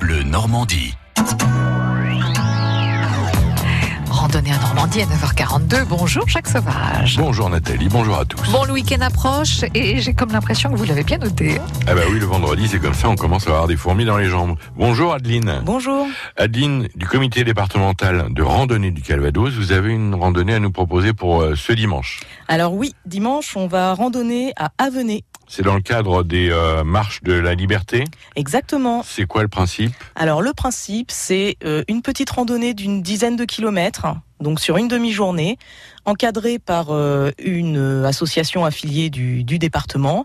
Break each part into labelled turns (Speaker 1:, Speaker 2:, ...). Speaker 1: de Normandie.
Speaker 2: Randonnée en Normandie à 9h42. Bonjour Jacques Sauvage.
Speaker 3: Bonjour Nathalie, bonjour à tous.
Speaker 2: Bon, le week-end approche et j'ai comme l'impression que vous l'avez bien noté.
Speaker 3: Ah bah oui, le vendredi, c'est comme ça, on commence à avoir des fourmis dans les jambes. Bonjour Adeline.
Speaker 4: Bonjour.
Speaker 3: Adeline, du comité départemental de randonnée du Calvados, vous avez une randonnée à nous proposer pour euh, ce dimanche.
Speaker 4: Alors oui, dimanche, on va randonner à Avenay.
Speaker 3: C'est dans le cadre des euh, marches de la liberté.
Speaker 4: Exactement.
Speaker 3: C'est quoi le principe
Speaker 4: Alors le principe, c'est euh, une petite randonnée d'une dizaine de kilomètres, donc sur une demi-journée, encadrée par euh, une euh, association affiliée du, du département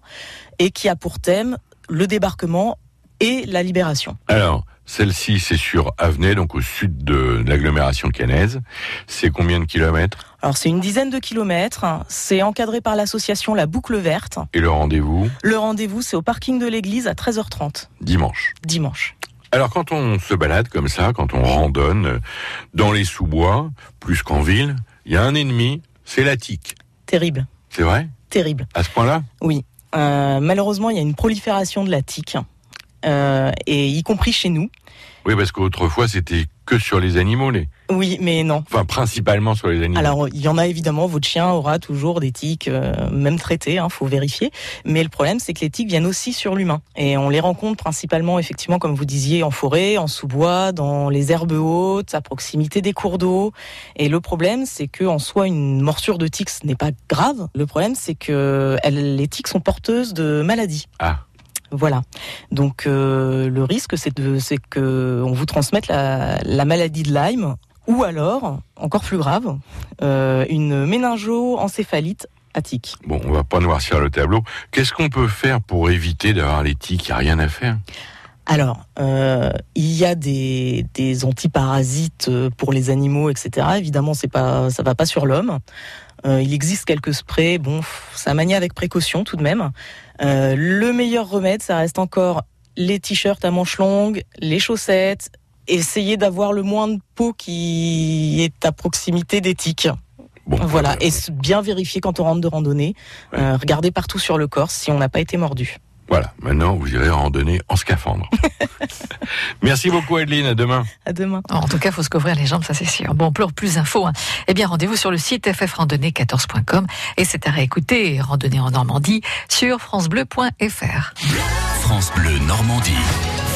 Speaker 4: et qui a pour thème le débarquement et la libération.
Speaker 3: Alors, celle-ci, c'est sur Avenay, donc au sud de l'agglomération cannaise. C'est combien de kilomètres
Speaker 4: Alors c'est une dizaine de kilomètres, c'est encadré par l'association La Boucle Verte.
Speaker 3: Et le rendez-vous
Speaker 4: Le rendez-vous, c'est au parking de l'église à 13h30
Speaker 3: dimanche.
Speaker 4: dimanche.
Speaker 3: Alors quand on se balade comme ça, quand on randonne euh, dans les sous-bois, plus qu'en ville, il y a un ennemi, c'est la tique.
Speaker 4: Terrible,
Speaker 3: C'est vrai
Speaker 4: terrible.
Speaker 3: À ce point-là
Speaker 4: Oui. Euh, malheureusement, il y a une prolifération de la tique, euh, et y compris chez nous.
Speaker 3: Oui, parce qu'autrefois, c'était que sur les animaux, les...
Speaker 4: Oui, mais non.
Speaker 3: enfin principalement sur les animaux.
Speaker 4: Alors, il y en a évidemment, votre chien aura toujours des tiques, euh, même traitées, hein, faut vérifier. Mais le problème, c'est que les tiques viennent aussi sur l'humain. Et on les rencontre principalement, effectivement, comme vous disiez, en forêt, en sous-bois, dans les herbes hautes, à proximité des cours d'eau. Et le problème, c'est que en soi, une morsure de tique, ce n'est pas grave. Le problème, c'est que elles- les tiques sont porteuses de maladies.
Speaker 3: Ah,
Speaker 4: Voilà. Donc euh, le risque, c'est de, c'est que on vous transmette la, la maladie de Lyme, ou alors, encore plus grave, euh, une méningo-encéphalite attique.
Speaker 3: bon, on va pas noircir le tableau. Qu'est-ce qu'on peut faire pour éviter d'avoir les tiques Il n'y a rien à faire.
Speaker 4: Alors, euh, il y a des, des antiparasites euh, pour les animaux, etc. Évidemment, c'est pas, ça va pas sur l'homme. Euh, il existe quelques sprays. Bon, pff, ça manie avec précaution tout de même. Euh, le meilleur remède, ça reste encore les t-shirts à manches longues, les chaussettes. Essayez d'avoir le moins de peau qui est à proximité des tiques.
Speaker 3: Bon,
Speaker 4: Voilà.
Speaker 3: euh,
Speaker 4: Et s- bien vérifier quand on rentre de randonnée.
Speaker 3: Ouais.
Speaker 4: Euh, regardez partout sur le corps si on n'a pas été mordu.
Speaker 3: voilà. Maintenant, vous irez randonner en scaphandre. Merci beaucoup, Adeline. À demain.
Speaker 4: À demain.
Speaker 2: En tout cas, faut se couvrir les jambes, ça c'est sûr. Bon, pour plus d'infos, hein, eh bien rendez-vous sur le site ffrandonnée14.com et c'est à réécouter Randonnée en Normandie sur francebleu.fr.
Speaker 1: France Bleu Normandie.